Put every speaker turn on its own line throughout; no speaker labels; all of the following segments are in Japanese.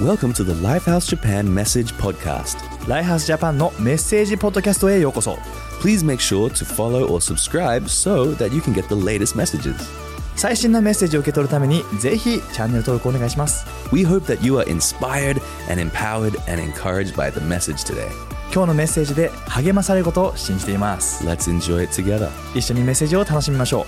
Welcome to the Lifehouse Japan Message Podcast.
ライハースジャパンのメッセージポッドキャストへようこそ
Please make sure to follow or subscribe so that you can get the latest messages.
最新のメッセージを受け取るためにぜひチャンネル登録お願いします
We hope that you are inspired and empowered and encouraged by the message today.
今日のメッセージで励まされることを信じています
Let's enjoy it together.
一緒にメッセージを楽しみましょう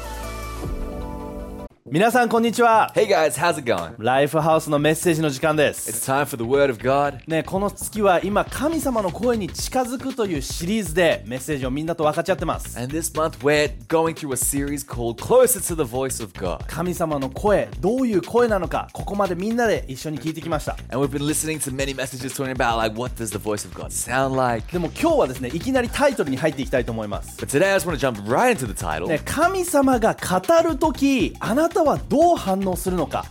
皆さんこんにちは
Hey guys, how's it going?
ライフハウスのメッセージの時間で
It's
す
time for the Word of God.
ね、この月は今神様の声に近づくというシリーズでメッセージをみんなと分かち合ってます
And this month we're going through a series called Closer to the Voice of God.
神様の声どういう声なのかここまでみんなで一緒に聞いてきました
And we've been listening to many messages talking about like what does the voice of God sound like.
でも今日はですねいきなりタイトルに入っていきたいと思います、
But today I just want to jump right into the title.
ね、神様が語るときあなたはどう反応するのか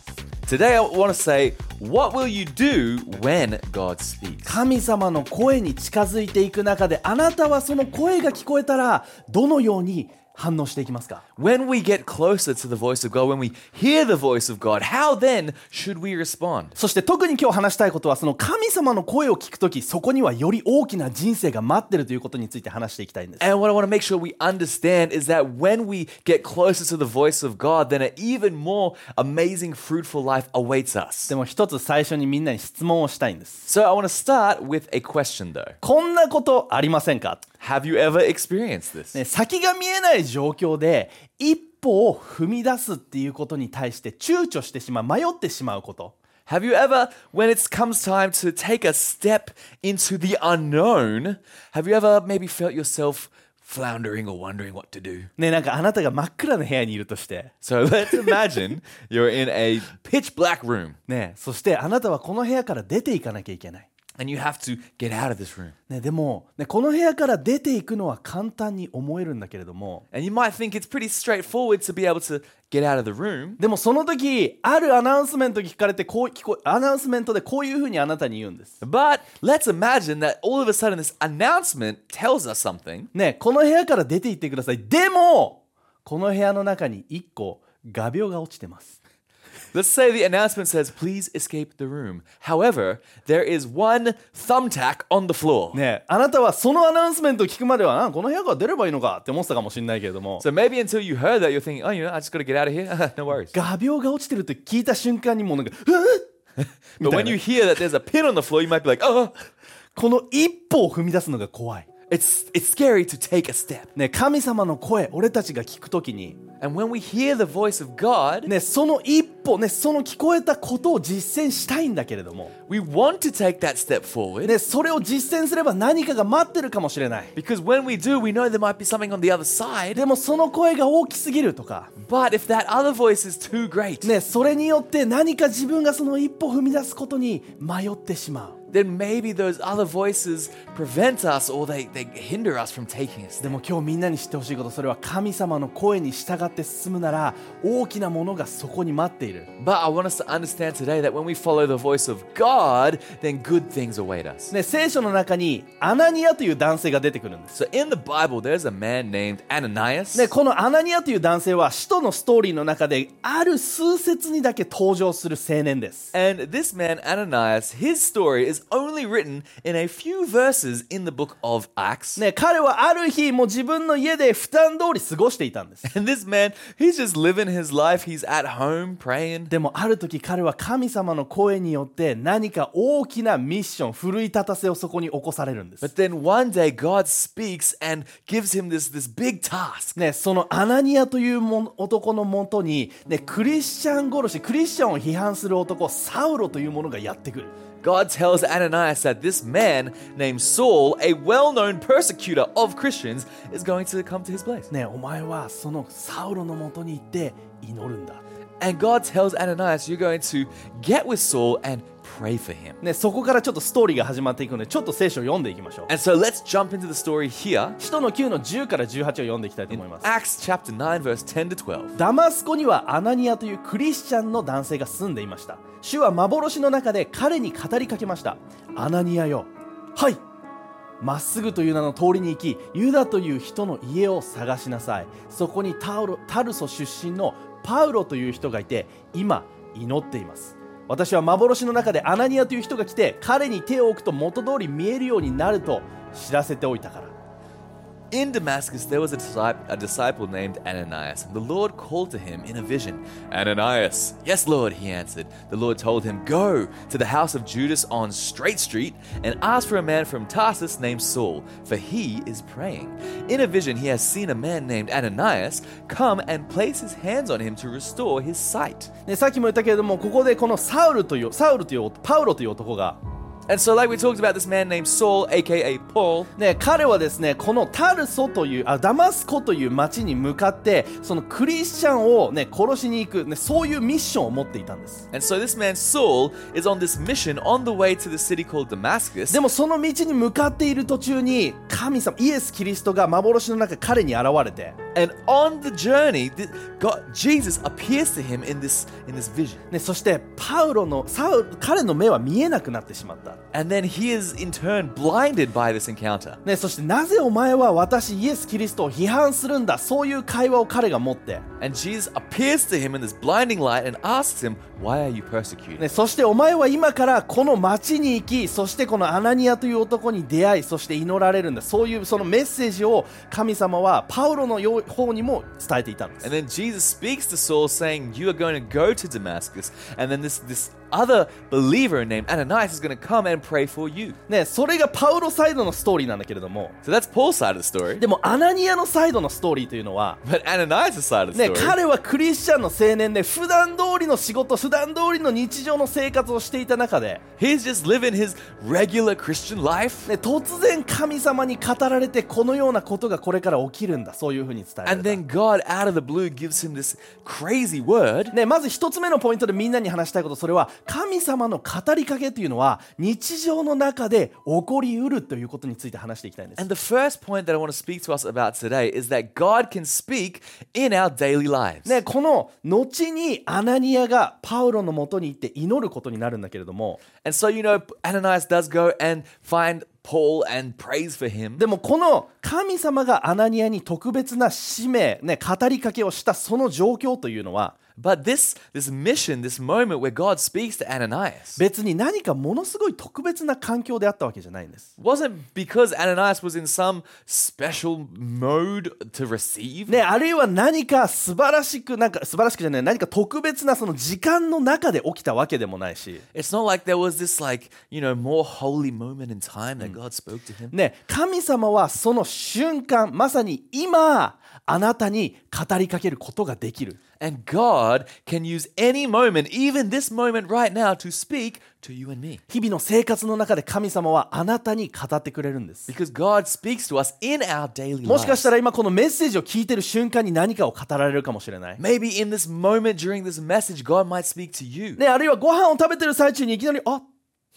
Today I want to say, what will you do when God speaks?
神様の声に近づいていく中であなたはその声が聞こえたらどのように反応していきますか
When we get closer to the voice of God, when we hear the voice of God, how then should we respond?
そして特に今日話したいことはその神様の声を聞くときそこにはより大きな人生が待ってるということについて話していきたいんです
And what I want to make sure we understand is that when we get closer to the voice of God, then an even more amazing, fruitful life awaits us.
でも一つ最初にみんなに質問をしたいんです
So I want to start with a question though.
こんなことありませんか、
Have you ever experienced this?
ね、先が見えない状況で一歩を踏み出すっていうことに対して躊躇してしまう迷ってしまうこと
Have you ever, when it comes time to take a step into the unknown, have you ever maybe felt yourself floundering or wondering what to do?
ねなんかあなたが真っ暗な部屋にいるとして
So let's imagine you're in a pitch black room
ねそしてあなたはこの部屋から出ていかなきゃいけない
and you have to get out of this room.
ね、でも、ね、この部屋から出ていくのは簡単に思えるんだけれども
And you might think it's pretty straightforward to be able to get out of the room.
でもその時あるアナウンスメント聞かれてこう聞こアナウンスメントでこういうふうにあなたに言うんです。
But let's imagine that all of a sudden this announcement tells us something.
ねえこの部屋から出て行ってください。でもこの部屋の中に1個画鋲が落ちてます。
Let's say the announcement says, please escape the room. However, there is one thumbtack on the floor.
ねえあなたはそのアナウンスメントを聞くまではあこの部屋から出ればいいのかって思ってたかもしれないけれども
So maybe until you heard that, you're thinking, oh, you know, I just got to get out of here. no worries.
画鋲が落ちてるって聞いた瞬間にもうなんか「うっ!」 み
But
たい
when
な
you hear that there's a pin on the floor, you might be like, oh,
この一歩を踏み出すのが怖い。
it's, it's scary to take a step.
ねえ神様の声俺たちが聞くときに
And when we hear the voice of God,
ね、その一歩、ね、その聞こえたことを実践したいんだけれども、
we want to take that step forward.
ね、それを実践すれば何かが待ってるかもしれない
Because when we do, we know there might be something on the other side.
でもその声が大きすぎるとか、
But if that other voice is too great,
ね、それによって何か自分がその一歩踏み出すことに迷ってしまう
then maybe those other voices prevent us or they, they hinder us from taking a step.
でも今日みんなに知ってほしいことそれは神様の声に従って進むなら大きなものがそこに待っている
But I want us to understand today that when we follow the voice of God, then good things await us.
ね、聖書の中にアナニアという男性が出てくるんです
So in the Bible, there's a man named Ananias.
ね、このアナニアという男性は使徒のストーリーの中である数節にだけ登場する青年です
And this man, Ananias, his story is only written in a few verses in the book of Acts.
ね、彼はある日もう自分の家で負担通り過ごしていたんです
And this man, he's just living his life. He's at home praying.
でもある時彼は神様の声によって何か大きなミッション奮い立たせをそこに起こされるんです
But then one day, God speaks and gives him this, this big task.
ね、そのアナニアというもん男のもとに、ね、クリスチャン殺しクリスチャンを批判する男サウロというものがやってくる
God tells Ananias that this man named Saul, a well known persecutor of Christians, is going to come to his place.
ねお前はそのサウロのもとに行って祈るんだ
And God tells Ananias, you're going to get with Saul and pray for him.
ね、そこからちょっとストーリーが始まっていくのでちょっと聖書を読んでいきましょう
And so let's jump into the story here
使徒の9の10から18を読んでいきたいと思います
Acts chapter 9, verse 10 to 12.
ダマスコにはアナニアというクリスチャンの男性が住んでいました主は幻の中で彼に語りかけましたアナニアよはいまっすぐという名の通りに行きユダという人の家を探しなさいそこにタウロタルソ出身のパウロという人がいて今祈っています私は幻の中でアナニアという人が来て彼に手を置くと元通り見えるようになると知らせておいたから
In Damascus, there was a disciple, a disciple named Ananias, and the Lord called to him in a vision. Ananias, yes, Lord, he answered. The Lord told him, Go to the house of Judas on Straight Street and ask for a man from Tarsus named Saul, for he is praying. In a vision, he has seen a man named Ananias come and place his hands on him to restore his sight.
でさっきも言ったけれどもここでこのサウルというサウルというパウロという男が
And so, like we talked about, this man named Saul, aka Paul,
ね、彼はですねこのタルソというあダマスコという町に向かってそのクリスチャンを、ね、殺しに行く、ね、そういうミッションを持っていたんです
and so this man Saul is on this mission on the way to the city called Damascus.
でもその道に向かっている途中に神様イエス・キリストが幻の中彼に現れて、
And on the journey, th- God, Jesus appears to him in this in this vision,
ね、そしてパウロのサウ彼の目は見えなくなってしまった、
and then he is in turn blinded by this encounter.
ね、そしてなぜお前は私イエス・キリストを批判するんだそういう会話を彼が持って、
And Jesus appears to him in this blinding light and asks him, "Why are you persecuted?"
ね、そしてお前は今からこの町に行きそしてこのアナニアという男に出会いそして祈られるんだそういうそのメッセージを神様はパウロのよう方にも伝えていたんです
And then Jesus speaks to Saul, saying, "You are going to go to Damascus, and then this this other believer named Ananias is going to come and pray for you."
ね、それがパウロサイドのストーリーなんだけれども
So that's Paul's side of the story.
でもアナニアのサイドのストーリーというのは
But Ananias' side of the
ね、
story,
彼はクリスチャンの青年で普段通りの仕事普段通りの日常の生活をしていた中で、
he's just living his regular Christian life.
ね、突然神様に語られてこのようなことがこれから起きるんだそういうふうに伝えられ
And
た
then God, out of the blue, gives him this crazy word.
ね、まず一つ目のポイントでみんなに話したいことそれは神様の語りかけというのは日常の中で起こりうるということについて話していきたいんです
And。the first point that I want to speak to us about today is that God can speak in our daily lives.
ね、この後にアナニアがパウロのもとに行って祈ることになるんだけれども
And so, you know, Ananias does go and find Paul and prays for him.
でもこの神様がアナニアに特別な使命、ね、語りかけをしたその状況というのは
But this, this mission, this moment where God speaks to Ananias,
別に何かものすごい特別な環境であったわけじゃないんです。
wasn't because Ananias was in some special mode to receive.
ね、あるいは何か素晴らしく、なんか素晴らしくじゃない、何か特別なその時間の中で起きたわけでもないし、
It's not like there was this, like, you know, more holy moment in time that God spoke to him.
ね、神様はその瞬間、まさに今、あなたに語りかけることができる。
And God can use any moment, even this moment right now, to speak to you and me.
日々の生活の中で神様はあなたに語ってくれるんです。
Because God speaks to us in our daily
もしかし
lives.
たら今このメッセージを聞いてる瞬間に何かを語られるかもしれない。
Maybe in this moment during this message, God might speak to you.
ね、あるいはご飯を食べてる最中にいきなり、あっ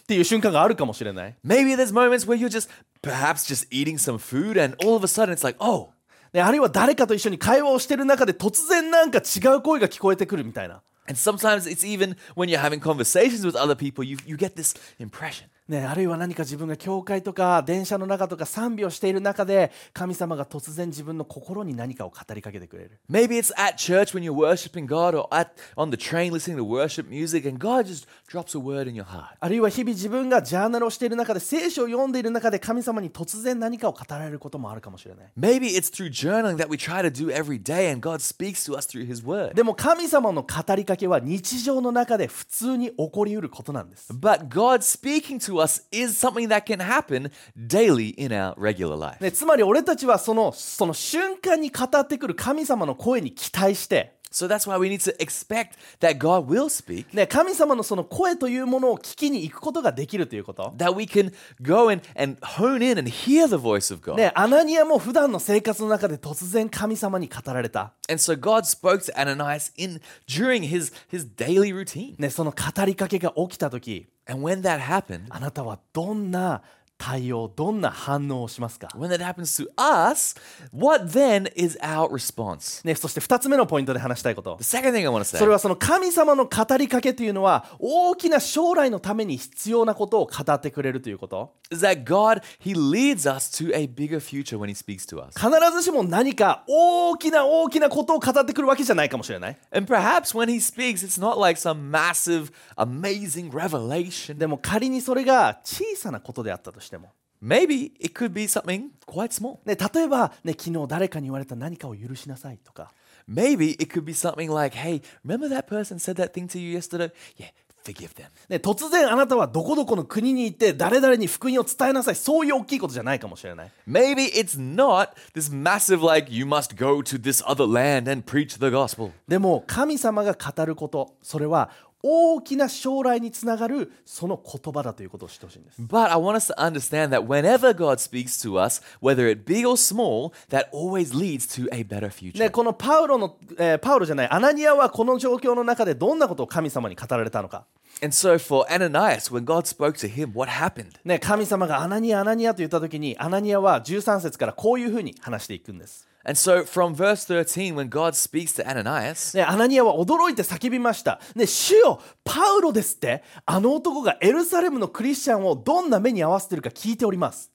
ていう瞬間があるかもしれない。
Maybe there's moments where you're just perhaps just eating some food and all of a sudden it's like, oh.
ね、あるいは誰かと一緒に会話をしてる中で突然なんか違う声が聞こえてくるみたいな。
And sometimes it's even when you're having conversations with other people, you, you get this impression.
ね、あるいは何か自分が教会とか電車の中とか賛美をしている中で神様が突然自分の心に何かを語りかけてくれる、
Maybe it's at church when you're worshiping God or at, on the train listening to worship music and God just drops a word in your heart.
あるいは日々自分がジャーナルをしている中で聖書を読んでいる中で神様に突然何かを語られることもあるかもしれない
Maybe it's through journaling that we try to do every day and God speaks to us through His Word.
でも神様の語りかけは日常の中で普通に起こりうることなんです
But God speaking to us is something that can happen daily in our regular life.
ね、つまり俺たちはそのその瞬間に語ってくる神様の声に期待して、
So that's why we need to expect that God will speak,
ね、神様のその声というものを聞きに行くことができるということ、
that we can go and, and hone in and hear the voice of God.
ね、アナニアも普段の生活の中で突然神様に語られた、
And so God spoke to Ananias in during his, his daily routine.
ね、その語りかけが起きた時
And when that happened,
あなたはどんな対応どんな反応をしますか
When that happens to us, what then is our response?
ね、そして2つ目のポイントで話したいこと
The second thing I want to say
それはその神様の語りかけというのは大きな将来のために必要なことを語ってくれるということ
is that God, He leads us to a bigger future when He speaks to us.
必ずしも何か大きな大きなことを語ってくるわけじゃないかもしれない
And perhaps when He speaks, it's not like some massive, amazing revelation.
でも仮にそれが小さなことであったとしても
Maybe it could be something quite small.
ね、例えば、ね、昨日誰かに言われた何かを許しなさいとか、
Maybe it could be something like, hey, remember that person said that thing to you yesterday? Yeah, forgive them.
ね、突然あなたはどこどこの国に行って誰々に福音を伝えなさいそういう大きいことじゃないかもしれない
Maybe it's not this massive, like, you must go to this other land and preach the gospel.
でも神様が語ることそれは大きな将来につながるその言葉だということを知ってほしいんです
But I want us to understand that whenever God speaks to us, whether it big or small, that always leads to a better future.
ね、このパウロの、えーパウロじゃないアナニアはこの状況の中でどんなことを神様に語られたのか、
And so for Ananias, when God spoke to him, what happened?
ね、神様がアナニアアナニアと言った時にアナニアは13節からこういうふうに話していくんです
And so from verse 13, when God speaks to Ananias,
ね、アナニアは驚いて叫びました。ね、主よ、パウロですって、あの男がエルサレムのクリスチャンをどんな目に合わせてるか聞いております。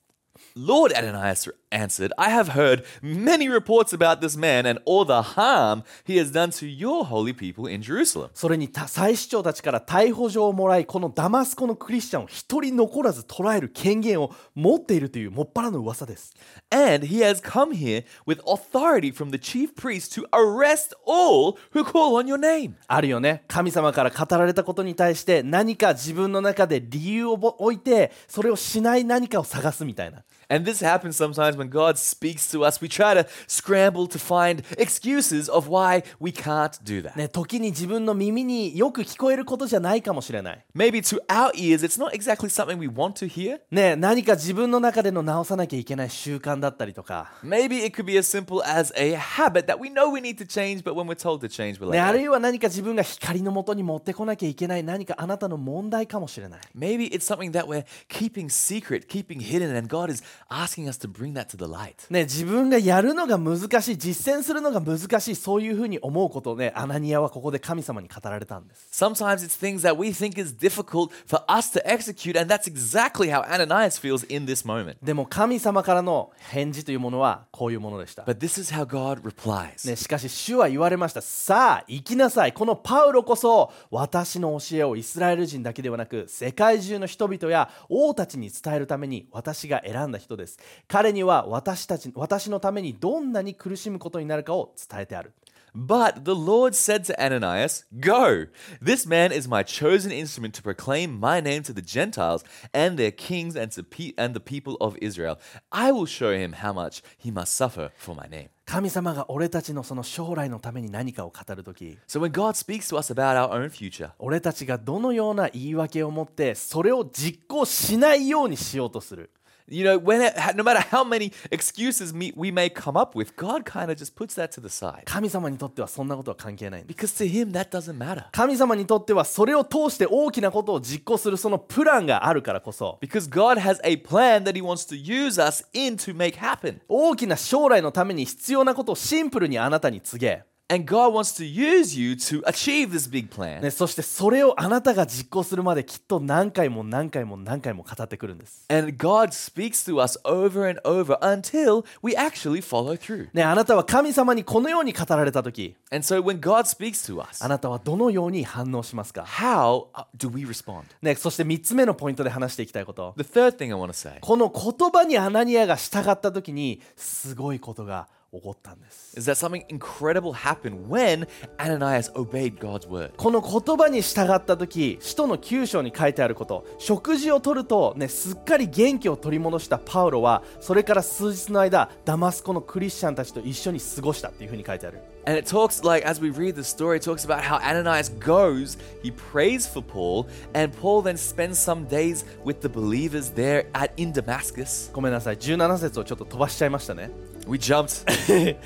Lord Ananias answered, I have heard many reports about this man and all the harm he has done to your holy people in Jerusalem.
それにた祭司長たちから逮捕状をもらい、このダマスコのクリスチャンを一人残らず捕らえる権限を持っているというもっぱらの噂です。
And he has come here with authority from the chief priest to arrest all who call on your name.
あるよね。神様から語られたことに対して何か自分の中で理由をぼ置いて、それをしない何かを探すみたいな。
And this happens sometimes when God speaks to us. We try to scramble to find excuses of why we can't do that.
ね、時に自分の耳によく聞こえることじゃないかもしれない。
Maybe to our ears, it's not exactly something we want to hear.
ね、何か自分の中での直さなきゃいけない習慣だったりとか、
Maybe it could be as simple as a habit that we know we need to change, but when we're told to change, we're like,
ね、あ
"Oh."
るいは何か自分が光のもとに持ってこなきゃいけない何かあなたの問題かもしれない、
maybe it's something that we're keeping secret, keeping hidden, and God is asking us to bring that to the light.
ね、自分がやるのが難しい実践するのが難しいそういうふうに思うことをねアナニアはここで神様に語られたんです
Sometimes it's things that we think is difficult for us to execute, and that's exactly how Ananias feels in this moment.
でも神様からの返事というものはこういうものでした、
But this is how God replies.
ね、しかし主は言われましたさあ行きなさいこのパウロこそ私の教えをイスラエル人だけではなく世界中の人々や王たちに伝えるために私が選んだ人です彼には私たち私のためにどんなに苦しむことになるかを伝えてある
But the Lord said to Ananias, Go! This man is my chosen instrument to proclaim my name to the Gentiles and their kings and, to pe- and the people of Israel. I will show him how much he must suffer for my name.
神様が俺たちのその将来のために何かを語る時
So when God speaks to us about our own future,
俺たちがどのような言い訳を持ってそれを実行しないようにしようとする
you know, when it, no matter how many excuses me, we may come up with, God kind of just puts that to the side.
神様にとってはそんなことは関係ないんです
Because to him, that doesn't matter.
神様にとってはそれを通して大きなことを実行するそのプランがあるからこそ
Because God has a plan that he wants to use us in to make happen.
大きな将来のために必要なことをシンプルにあなたに告げ
And God wants to use you to achieve this big plan.
ね、そしてそれをあなたが実行するまできっと何回も何回も何回も語ってくるんです、
And God speaks to us over and over until we actually follow through.
ね、あなたは神様にこのように語られた時
And so when God speaks to us,
あなたはどのように反応しますか、
how uh, do we respond?
ね、そして3つ目のポイントで話していきたいこと
The third thing I want to say
この言葉にアナニアが従った時にすごいことが起こったんです
is that something incredible happened when Ananias obeyed God's word.
この言葉に従った時使徒の9章に書いてあること食事をとると、ね、すっかり元気を取り戻したパウロはそれから数日の間ダマスコのクリスチャンたちと一緒に過ごしたっていうふうに書いてある
And it talks like as we read the story, it talks about how Ananias goes, he prays for Paul, and Paul then spends some days with the believers there at in Damascus.
ごめんなさい17節をちょっと飛ばしちゃいましたね
Ooh, We jumped.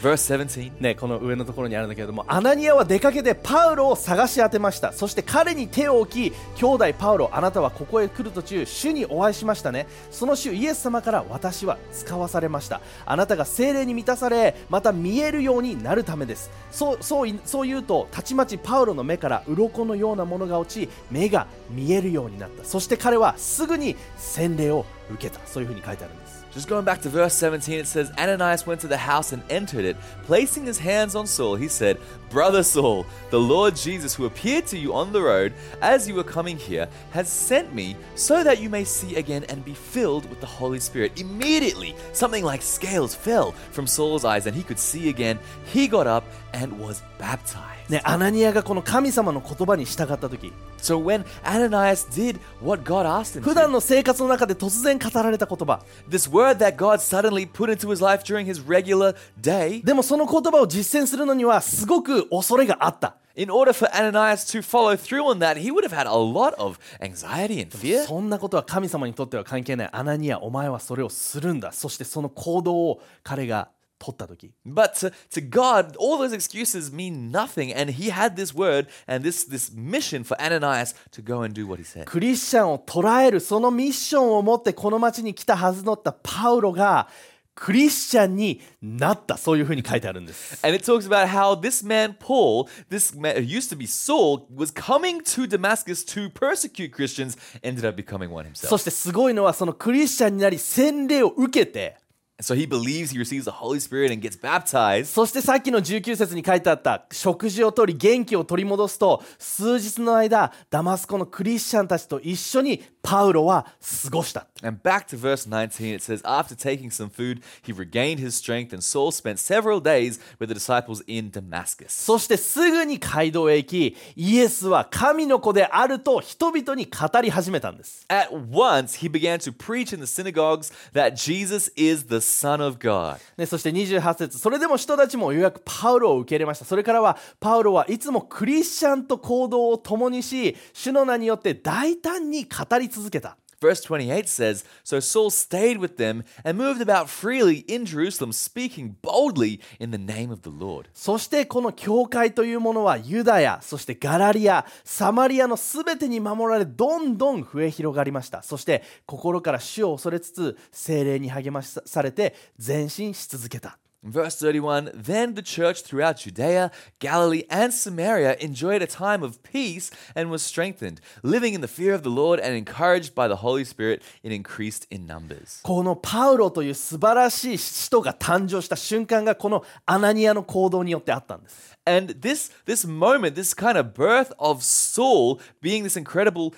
Verse 17.
ね、この上のところにあるんだけれどもアナニアは出かけてパウロを探し当てましたそして彼に手を置き兄弟パウロあなたはここへ来る途中主にお会いしましたねその主イエス様から私は使わされましたあなたが精霊に満たされまた見えるようになるためですそうそういそう言うとたちまちパウロの目から鱗のようなものが落ち目が見えるようになったそして彼はすぐに洗礼を受けたそういうふうに書いてあるんです
Just going back to verse 17, it says Ananias went to the house and entered it. Placing his hands on Saul, he said, Brother Saul, the Lord Jesus, who appeared to you on the road as you were coming here, has sent me so that you may see again and be filled with the Holy Spirit. Immediately, something like scales fell from Saul's eyes and he could see again. He got up and was baptized.
ね、アナニアがこの神様の言葉に従った時
So when Ananias did what God asked him
普
to,
段の生活の中で突然語られた言葉
this word that God suddenly put into his life during his regular day,
でもその言葉を実践するのにはすごく恐れがあった
In order for Ananias to follow through on that, he would have had a lot of anxiety and fear.
そんなことは神様にとっては関係ないアナニアお前はそれをするんだそしてその行動を彼が取った時
But to, to God, all those excuses mean nothing. And he had this word and this, this mission for Ananias to go and do what he said.
クリスチャンを捉えるそのミッションを持ってこの町に来たはずだったパウロがクリスチャンになったそういうふうに書いてあるんです
And it talks about how this man, Paul, this man who used to be Saul, was coming to Damascus to persecute Christians, ended up becoming one
そ
himself.
してすごいのはそのクリスチャンになり洗礼を受けて
So he believes he receives the Holy Spirit and gets baptized.
そしてさっきの19節に書いてあった食事をとり元気を取り戻すと数日の間ダマスコのクリスチャンたちと一緒にパウロは過ごした
And back to verse 19, it says, After taking some food, he regained his strength, and Saul spent several days with the disciples in Damascus.
そしてすぐに街道へ行きイエスは神の子であると人々に語り始めたんです
At once, he began to preach in the synagogues that Jesus is the Son of God.
ね、そして28節それでも人たちもようやくパウロを受け入れましたそれからはパウロはいつもクリスチャンと行動を共にし主の名によって大胆に語り続けた
Verse 28 says, So Saul stayed with them and moved about freely in Jerusalem, speaking boldly in the name of the Lord.
そしてこの教会というものはユダヤ、そしてガラリア、サマリアのすべてに守られどんどん増え広がりました。そして心から主を恐れつつ精霊に励まされて前進し続けた。
Verse 31 Then the church throughout Judea, Galilee, and Samaria enjoyed a time of peace and was strengthened, living in the fear of the Lord and encouraged by the Holy Spirit, it increased in numbers.
このパウロという素晴らしい使徒が誕生した瞬間がこのアナニアの行動によってあったんです。
And this, this moment, this kind of birth of Saul being this incredible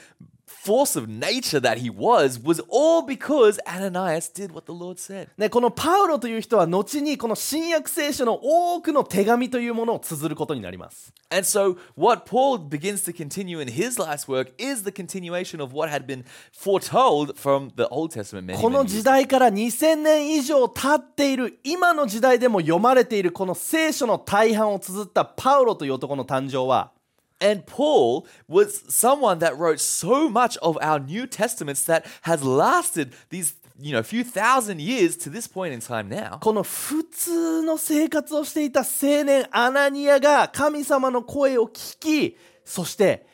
force of nature that he was, was all because Ananias did what the Lord said.
ね、このパウロという人は後にこの新約聖書の多くの手紙というものを綴ることになります。
And so, what Paul begins to continue in his life's work is the continuation of what had been foretold from the Old Testament. Many,
この
many years
時代から2000年以上経っている今の時代でも読まれているこの聖書の大半を綴ったパウロという男の誕生は
And Paul was someone that wrote so much of our New Testaments that has lasted these, you know, few thousand years to this point in time now.
この普通の生活をしていた青年アナニアが神様の声を聞きそして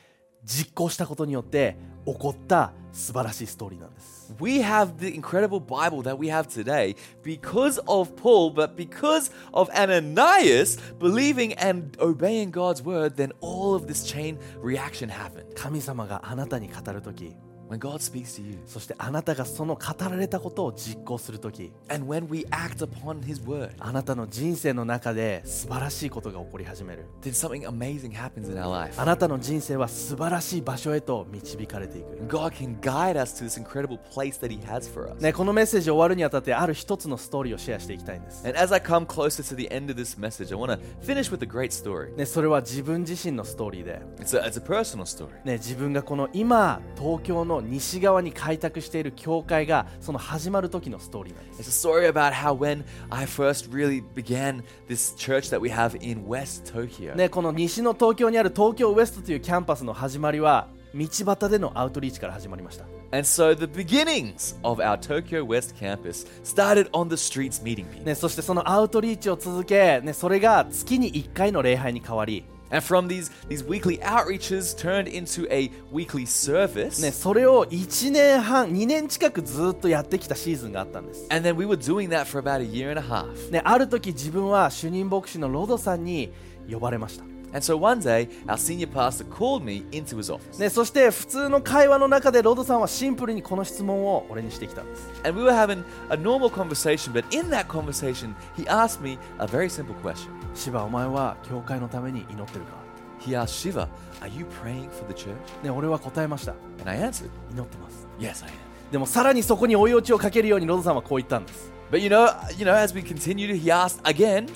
実行したことによって起こった素晴らしいストーリーなんです
We have the incredible Bible that we have today because of Paul, but because of Ananias believing and obeying God's word, then all of this chain reaction happened.
神様があなたに語る時
When God speaks to you,
そしてあなたがその語られたことを実行する時
and when we act upon his word,
あなたの人生の中で素晴らしいことが起こり始める
then something amazing happens in our life.
あなたの人生は素晴らしい場所へと導かれていく。
God can guide us to this incredible place that he has for us.
ね、このメッセージ終わるにあたってある一つのストーリーをシェアしていきたいんです。
And as I come closer to the end of this message, I want to finish with a great story.
ね、それは自分自身のストーリーで、
It's a, it's a personal story.
ね、自分がこの今東京の西側に開拓している教会がその始まる時のストーリーなんです。
It's a story about how when I first really began this church that we have in West Tokyo.
ね、この西の東京にある東京ウエストというキャンパスの始まりは道端でのアウトリーチから始まりました。
And so the beginnings of our Tokyo West campus started on the streets meeting people.
ね、そしてそのアウトリーチを続け、ね、それが月に1回の礼拝に変わり、
And from these, these weekly outreaches turned into a weekly service.
ね、それを1年半2年近くずっとやってきたシーズンがあったんです、
And then we were doing that for about a year and a half.
ね、ある時自分は主任牧師のロドさんに呼ばれました、
And so one day, our senior pastor called me into his office.
ね、そして普通の会話の中でロドさんはシンプルにこの質問を俺にしてきたんです
And we were having a normal conversation, but in that conversation, he asked me a very simple question.
芝お前は教会のために祈ってるか
He asked, Shiva, are you praying for the church?
ね、俺は答えました。
And I answered,
祈ってます。
Yes, I am.
でもさらにそこに追い打ちをかけるようにロドさんはこう言ったんです。
But you know, you know, as we continued, he asked again,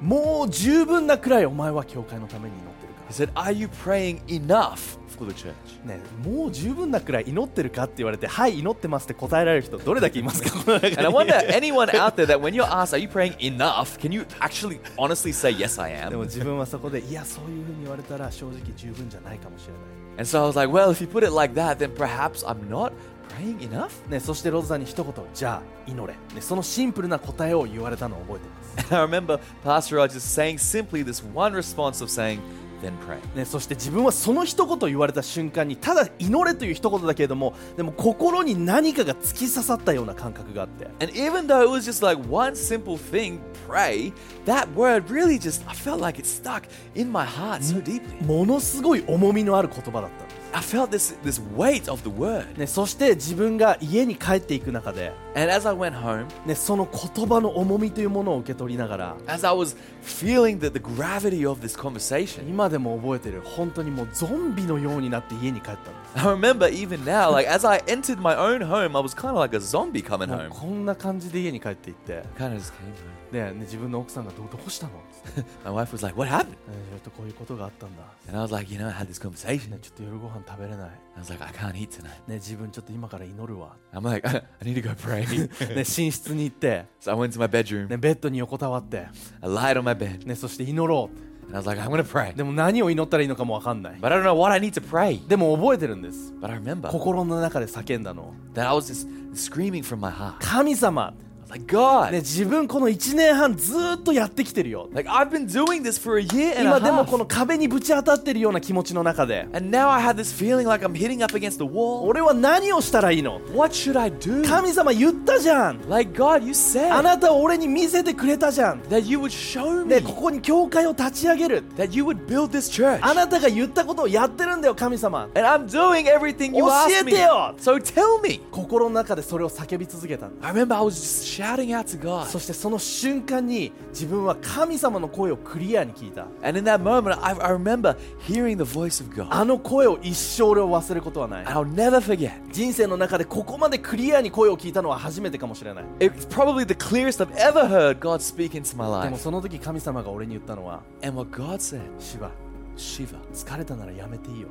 もう十分なくらいお前は教会のために祈ってる
he said, Are you praying enough for the church?
か。ね、もう十分なくらい祈ってるかって言われて、はい、祈ってますって答えられる人、どれだけいますか この中に
And I wonder anyone out there that when you're asked, Are you praying enough? Can you actually honestly say, Yes, I
でも
am?
自分はそこで、いや、そういうふうに言われたら正直十分じゃないかもしれな
And so I was like, Well, if you put it like that, then perhaps I'm not praying enough?
い。ね、そしてロドさんに一言、じゃあ祈れ、ね。そのシンプルな答えを言われたのを覚えてます。
And I remember Pastor Rogers saying simply this one response of saying, Then pray.
ね、そして自分はその一言言われた瞬間にただ祈れという一言だけれどもでも心に何かが突き刺さったような感覚があって
And even though it was just like one simple thing, pray, that word really just, I felt like it stuck in my heart so deeply.
ものすごい重みのある言葉だったんで
I felt this, this weight of the word.
す、ね、そして自分が家に帰っていく中で、
And as I went home,
ね、その言葉の重みというものを受け取りながら
as I was feeling the, the gravity of this conversation,
今でも覚えてる本当にもうゾンビのようになって家に帰ったんです
I remember even now, like as I entered my own home, I was kind of like a zombie coming
もう
home.
こんな感じで家に帰っていって、
Kind of just came home.
ねね、自分の奥さんがどうどうしたのって言って、ね、
My wife was like, What
ち
happened?
ょっとこういうことがあったんだ、
And I was like, You know, I had this
ね
conversation.、
ちょっと夜ご飯食べれない、
I was like, I can't eat tonight.
ね、自分ちょっと今から祈るわ
I'm like, I need to go pray.
ね、寝室に行って、
so I went to my bedroom.
ね、ベッドに横たわって、
I lied on my bed.
ね、そして祈ろ
And I was like, I'm going to pray.
うでも何を祈ったらいいのかもわかんない
But I don't know what I need to pray.
でも覚えてるんです
But I remember
心の中で叫んだの
that I was just screaming from my heart.
神様、
I was like,
ね、
God,
自分この1年半ずーっとやってきてるよ
like I've been doing this for a year and
今
a
でも
half.
この壁にぶち当たってるような気持ちの中で
And now I have this feeling like I'm hitting up against the wall.
俺は何をしたらいいの
What should I do?
神様言ったじゃん
Like God, you
あ
said
なたを俺に見せてくれたじゃん、
that you would show me
ね、ここに教会を立ち上げる
that you would build this church.
あなたが言ったことをやってるんだよ神様
And I'm doing everything you asked
教え
me.
てよ。
So tell me.
心の中でそれを叫び続けたんだ
I remember I was just shouting out to God.
そしてその瞬間に自分は神様の声をクリアに聞いた
And in that moment, I, I remember hearing the voice of God.
あの声を一生俺は忘れることはない
And I'll never forget.
人生の中でここまでクリアに声を聞いたのは初めてかもしれない
It's probably the clearest I've ever heard God speak into my
でも
life.
その時神様が俺に言ったのは
And what God said,
芝
Shiva,
疲れたならやめていいよ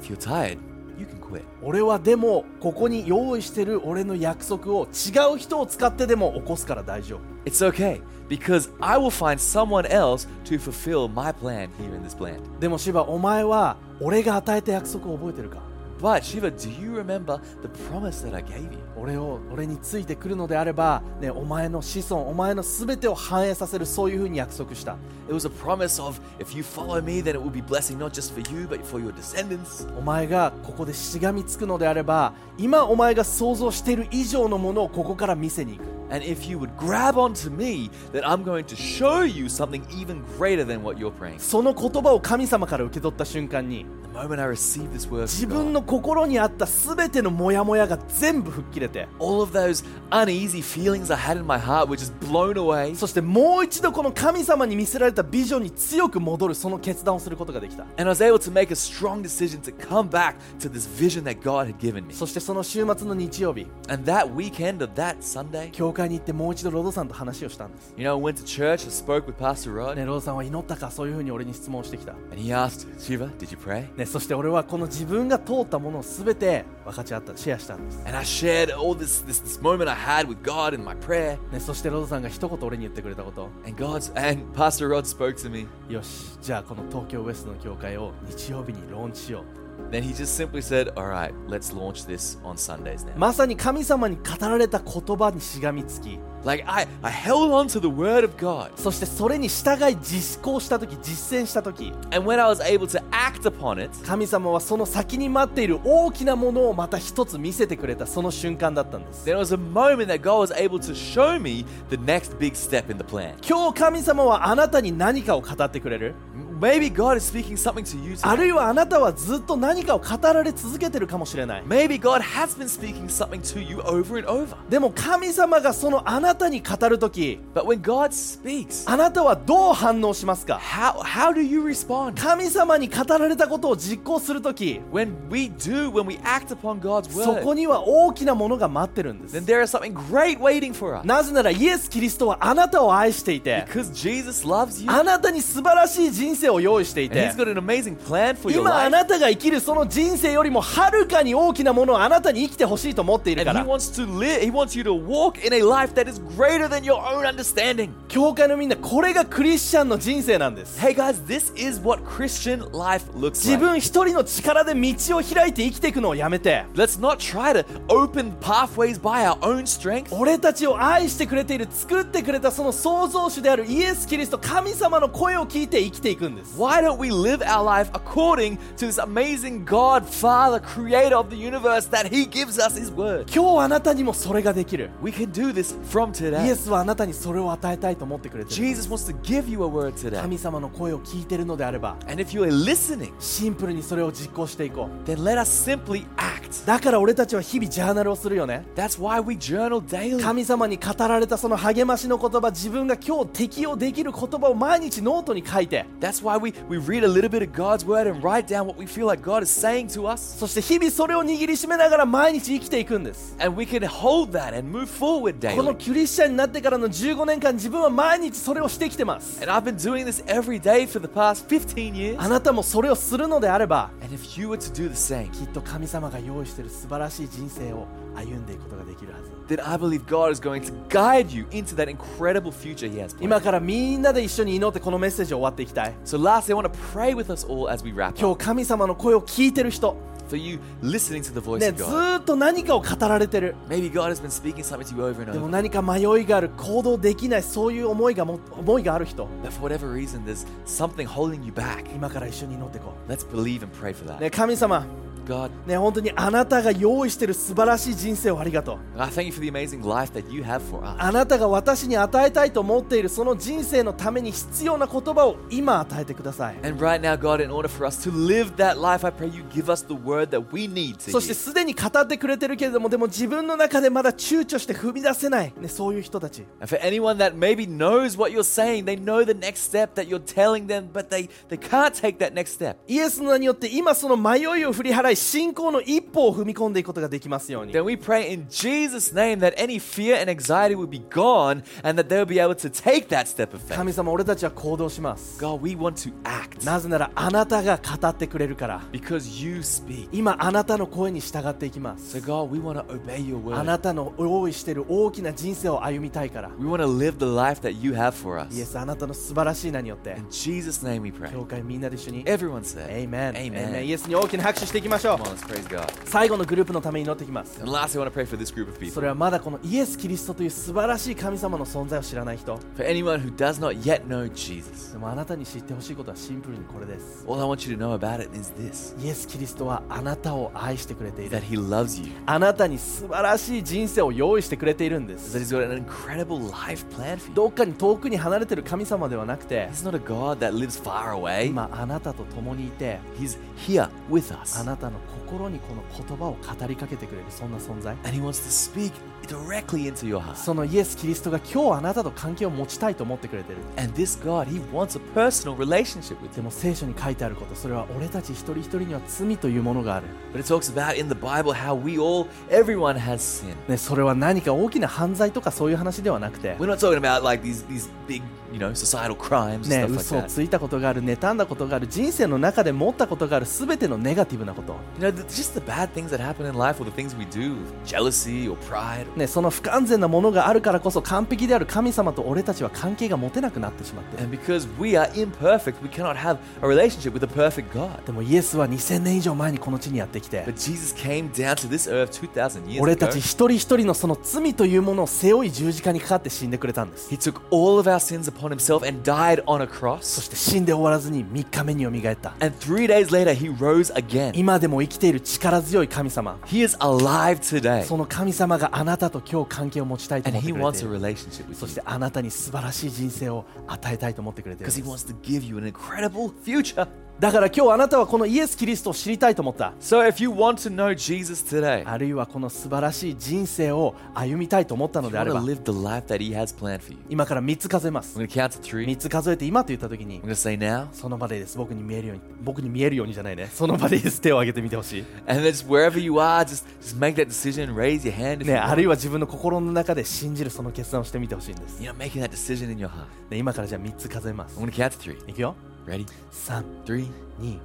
if you're tired, you can quit.
俺はでもここに用意してる俺の約束を違う人を使ってでも起こすから大丈夫
It's okay, because I will find someone else to fulfill my plan here in this land.
でも芝お前は俺が与えた約束を覚えてるか
But Shiva, do you remember the promise that I gave you?
俺を俺についてくるのであれば、ね、お前の子孫お前の全てを反映させるそういうふうに約束した
It was a promise of if you follow me, then it will be blessing not just for you, but for your descendants.
お前がここでしがみつくのであれば今お前が想像している以上のものをここから見せに行く
And if you would grab onto me, then I'm going to show you something even greater than what you're praying.
その言葉を神様から受け取った瞬間に
The moment I received this word,
自
from
分
God,
の心にあった全てのモヤモヤが全部吹っ切れて
all of those uneasy feelings I had in my heart were just blown away.
そしてもう一度この神様に見せられたビジョンに強く戻るその決断をすることができた
And I was able to make a strong decision to come back to this vision that God had given me.
そしてその週末の日曜日
And that weekend of that Sunday,
教会に行ってもう一度ロドさんと話をしたんです
you know, I went to church, I spoke with Pastor
ね、
Rod,
ローさんは祈ったかそういうふうに俺に質問してきた、
and he asked, Shiva, did you pray?
ね、そして俺はこの自分が通ったものを全て分かち合ったシェアしたんです、
And I shared all this, this, this moment I had with God in my prayer.
ね、そしてロードさんが一言俺に言ってくれたこと
And God's and Pastor Rod spoke to me.
よしじゃあこの東京ウエストの教会を日曜日にローンチしよう
Then he just simply said, All right, let's launch this on Sundays now.
まさに神様に語られた言葉にしがみつき
Like, I, I held on to the word of God.
そしてそれに従い実行した時実践した時
And when I was able to act upon it,
神様はその先に待っている大きなものをまた一つ見せてくれたその瞬間だったんです
there was a moment that God was able to show me the next big step in the plan.
今日神様はあなたに何かを語ってくれる
Maybe God is speaking something to you
あ
today.
るいはあなたはずっと何かを語られ続けてるかもしれない
Maybe God has been speaking something to you over and over.
でも神様がそのあなたに語る時
But when God speaks,
あなたはどう反応しますか
how, how do you respond?
神様に語られたことを実行する時
When we do, when we act upon God's
そこ
word,
には大きなものが待ってるんで
then
す
there is something great waiting for us.
なぜならイエス・キリストはあなたを愛していて
Because Jesus loves you,
あなたに素晴らしい人生を用意してい
and
て
He's got an amazing plan for your
今あ
life.
なたが生きるその人生よりもはるかに大きなものをあなたに生きてほしいと思っているか
And he
ら
wants to live. He wants you to walk in a life that is greater than your own understanding.
教会のみんなこれがクリスチャンの人生なんです
Hey guys, this is what Christian life looks
自
like.
分一人の力で道を開いて生きていくのをやめて
Let's not try to open pathways by our own strength.
俺たちを愛してくれている作ってくれたその創造主であるイエス・キリスト神様の声を聞いて生きていくんです
Why don't we live our life according to this amazing God, Father, creator of the universe that he gives us his word?
今日あなたにもそれができる
We can do this from
イエ
today.
スはあなたにそれを与えたいと思ってくれてる
Jesus wants to give you a word today.
神様の声を聞いてるのであれば
And if you are listening,
シンプルにそれを実行していこう
then let us simply act.
だから俺たちは日々ジャーナルをするよね
That's why we journal daily.
神様に語られたその励ましの言葉自分が今日適用できる言葉を毎日ノートに書いて
That's why we, we read a little bit of God's word and write down what we feel like God is saying to us.
そして日々それを握りしめながら毎日生きていくんです
And we can hold that and move forward
この
daily.
クリスチャンになってからの15年間自分は毎日それをしてきてます
And I've been doing this every day for the past 15 years.
あなたもそれをするのであれば
And if you were to do the same,
きっと神様が用意している素晴らしい人生を歩んでいくことができるはず
then I believe God is going to guide you into that incredible future He has
今
planned.
からみんなで一緒に祈ってこのメッセージを終わっていきたい
So, lastly, I want to pray with us all as we wrap
今
up
日神様の声を聞いてる人
for you listening to the voice
ね
of
ず
God.
ーっと何かを語られてる
Maybe God has been speaking something to you over and
でも
over,
何か迷いがある行動できないそういう思いがも思いがある人
but for whatever reason, there's something holding you back.
今から一緒に祈っていこ
Let's believe and pray for
う、ね、
that.
神様
God,
ね本当にあなたが用意してる素晴らしい人生をありがとう
I thank you for the amazing life that you have for us.
あなたが私に与えたいと思っているその人生のために必要な言葉を今与えてください
And right now, God, in order for us to live that life, I pray you give us the word that we need to
そして
hear.
すでに語ってくれてるけれどもでも自分の中でまだ躊躇して踏み出せない、ね、そういう人たち
And for anyone that maybe knows what you're saying, they know the next step that you're telling them, but they, they can't take that next step.
イエスの名によって今その迷いを振り払い信仰の一歩を踏み込んでいくことができますように
Then we pray in Jesus' name that any fear and anxiety would be gone and that they'll be able to take that step of faith.
神様俺たちは行動します
God, we want to act
なぜならあなたが語ってくれるから
because you speak.
今あなたの声に従っていきま
So,
す
God, we want to obey your
あ
word.
なたの用意している大きな人生を歩みたいから
We want to live the life that you have for
イエ
us.
スあなたの素晴らしい名によって
In Jesus' name we pray.
教会みんなで一緒に
Everyone said,
Amen
Amen.
Amen イエスに大きな拍手していきましょう
Come on, let's praise God.
最後のグループのために祈ってきます
And lastly, I want to pray for this group of
そ
people.
れはまだこのイエス・キリストという素晴らしい神様の存在を知らない人
For anyone who does not yet know Jesus,
でもあなたに知ってほしいことはシンプルにこれです
all I want you to know about it is this
イエス・キリストはあなたを愛してくれている
that He loves you,
あなたに素晴らしい人生を用意してくれているんで
that
す
He's got an incredible life plan for you.
どっかに遠くに離れてる神様ではなくて
He's not a God that lives far away,
今あなたと共にいて
He's here with
あ
us.
なたの心にこの言葉を語りかけてくれるそんな存在
And He wants to speak directly into your heart.
そのイエス・キリストが今日あなたと関係を持ちたいと思ってくれてる
And this God, He wants a personal relationship with
で
you.
も聖書に書いてあることそれは俺たち一人一人には罪というものがある、
But it talks about in the Bible how we all, everyone has sin.
ね、それは何か大きな犯罪とかそういう話ではなくて
We're not talking about like these, these big, you know, societal crimes
ね、
and
嘘を
stuff like that.
ついたことがある妬んだことがある人生の中で持ったことがある全てのネガティブなこと
You know, th- just the bad things that happen in life or the things we do, jealousy or pride.
ね、その不完全なものがあるからこそ完璧である神様と俺たちは関係が持てなくなってしまってる
And because we are imperfect, we cannot have a relationship with a perfect God.
でもイエスは2000年以上前にこの地にやってきて
But Jesus came down to this earth 2,000 years
俺た
ago.
ち一人一人のその罪というものを背負い十字架にかかって死んでくれたんです
He took all of our sins upon himself and died on a
そ
cross.
して死んで終わらずに3日目によみがえった
And three days later, he rose again.
今でも生きている力強い神様
He is alive today.
その神様があなたと今日関係を持ちたいと
And
思って
he
くれて
wants
い
a
る
relationship with
そし
you
てあなたに素晴らしい人生を与えたいと思ってくれてい
because he
る
wants to give you an incredible future.
だから今日あなたはこのイエス・キリストを知りたいと思った
So if you want to know Jesus today,
あるいはこの素晴らしい人生を歩みたいと思ったの
you
であ
want
れ
to
ば
live the life that he has planned for you.
今から3つ数えます
I'm going to count to three. I'm
3つ数えて今と言った時に
going to say now.
その場でいいです僕に見えるように僕に見えるようにじゃないねその場でいいです手を挙げてみてほしい
And then just wherever you are, just, just make that decision. Raise your hand if
ね
you
あ
want.
るいは自分の心の中で信じるその決断をしてみてほしいんです
You know, making that decision in your heart.
で今からじゃあ3つ数えます
I'm going to count to three.
いくよ
Ready?
321
Three,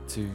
two,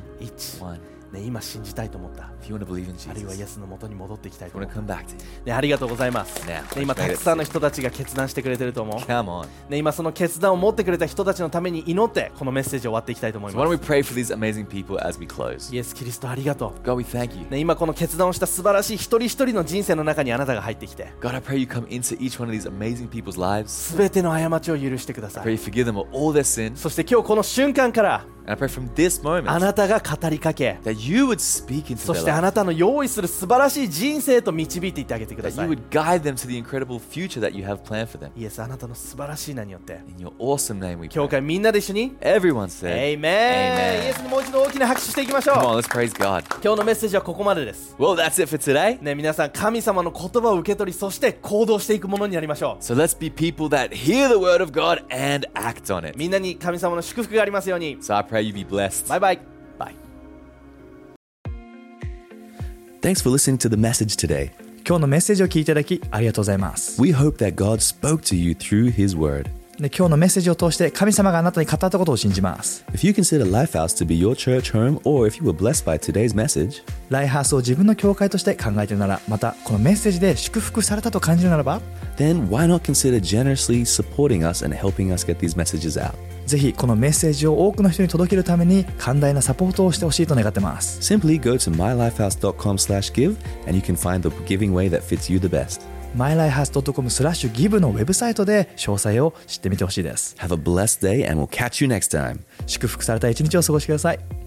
one.
ね今信じたいと思った
If you want to believe in
あるいは
Jesus,
イ
you
エスの元に戻っていきたいと思
want
っ
to
た
come back to him.
ねありがとうございます、ね
ね、
今たくさんの人たちが決断してくれてると思う
Come on.
ね、今その決断を持ってくれた人たちのために祈ってこのメッセージを終わっていきたいと思い
So why
ま
don't
す
we pray for these amazing people as we close?
イエス・キリストありがと
God, we thank you.
う、ね、今この決断をした素晴らしい一人一人の人生の中にあなたが入ってきて
God, I pray you come into each one of these amazing people's lives.
全ての過ちを許してくだ
I
さ
pray
い
you forgive them of all their sin.
そして今日この瞬間から
And I pray from this
あ
moment
なたが語りかけ
that you would speak into
そ
their
してあ
life.
なたの用意する素晴らしい人生へと導いていってあげてくだ
That
さ
you
い
would guide them to the incredible future that you have planned for them.
イエスあなたの素晴らしい名によって
In your awesome name we
教
pray.
会みんなで一緒に
Everyone said,
エイメンイエ
Amen.
スにもう一度大きな拍手していきまし
Come on,
ょう
let's praise God.
今日のメッセージはここまでです
Well, that's it for today.
ね、皆さん神様の言葉を受け取りそして行動していくものになりましょ
So let's be people that hear the word of God and act on
う
it.
みんなに神様の祝福がありますように
So I pray you be blessed.
バイバイ
Bye.
Thanks for listening to the message today.
今日のメッセージを聞いていただきありがとうございます
We hope that God spoke to you through His Word.
で今日のメッセージを通して神様があなたに語ったことを信じます
If you consider Lifehouse to be your church home, or if you were blessed by today's message,
ライハースを自分の教会として考えているならまたこのメッセージで祝福されたと感じるならば
then why not consider generously supporting us and helping us get these messages out?
ぜひこのメッセージを多くの人に届けるために寛大なサポートをしてほしいと願ってます
Simply go to mylifehouse.com/give and you can find the giving way that fits you the best.
mylifehouse.com スラッシュギブのウェブサイトで詳細を知ってみてほしいです
Have a blessed day and we'll catch you next time.
祝福された一日を過ごしてください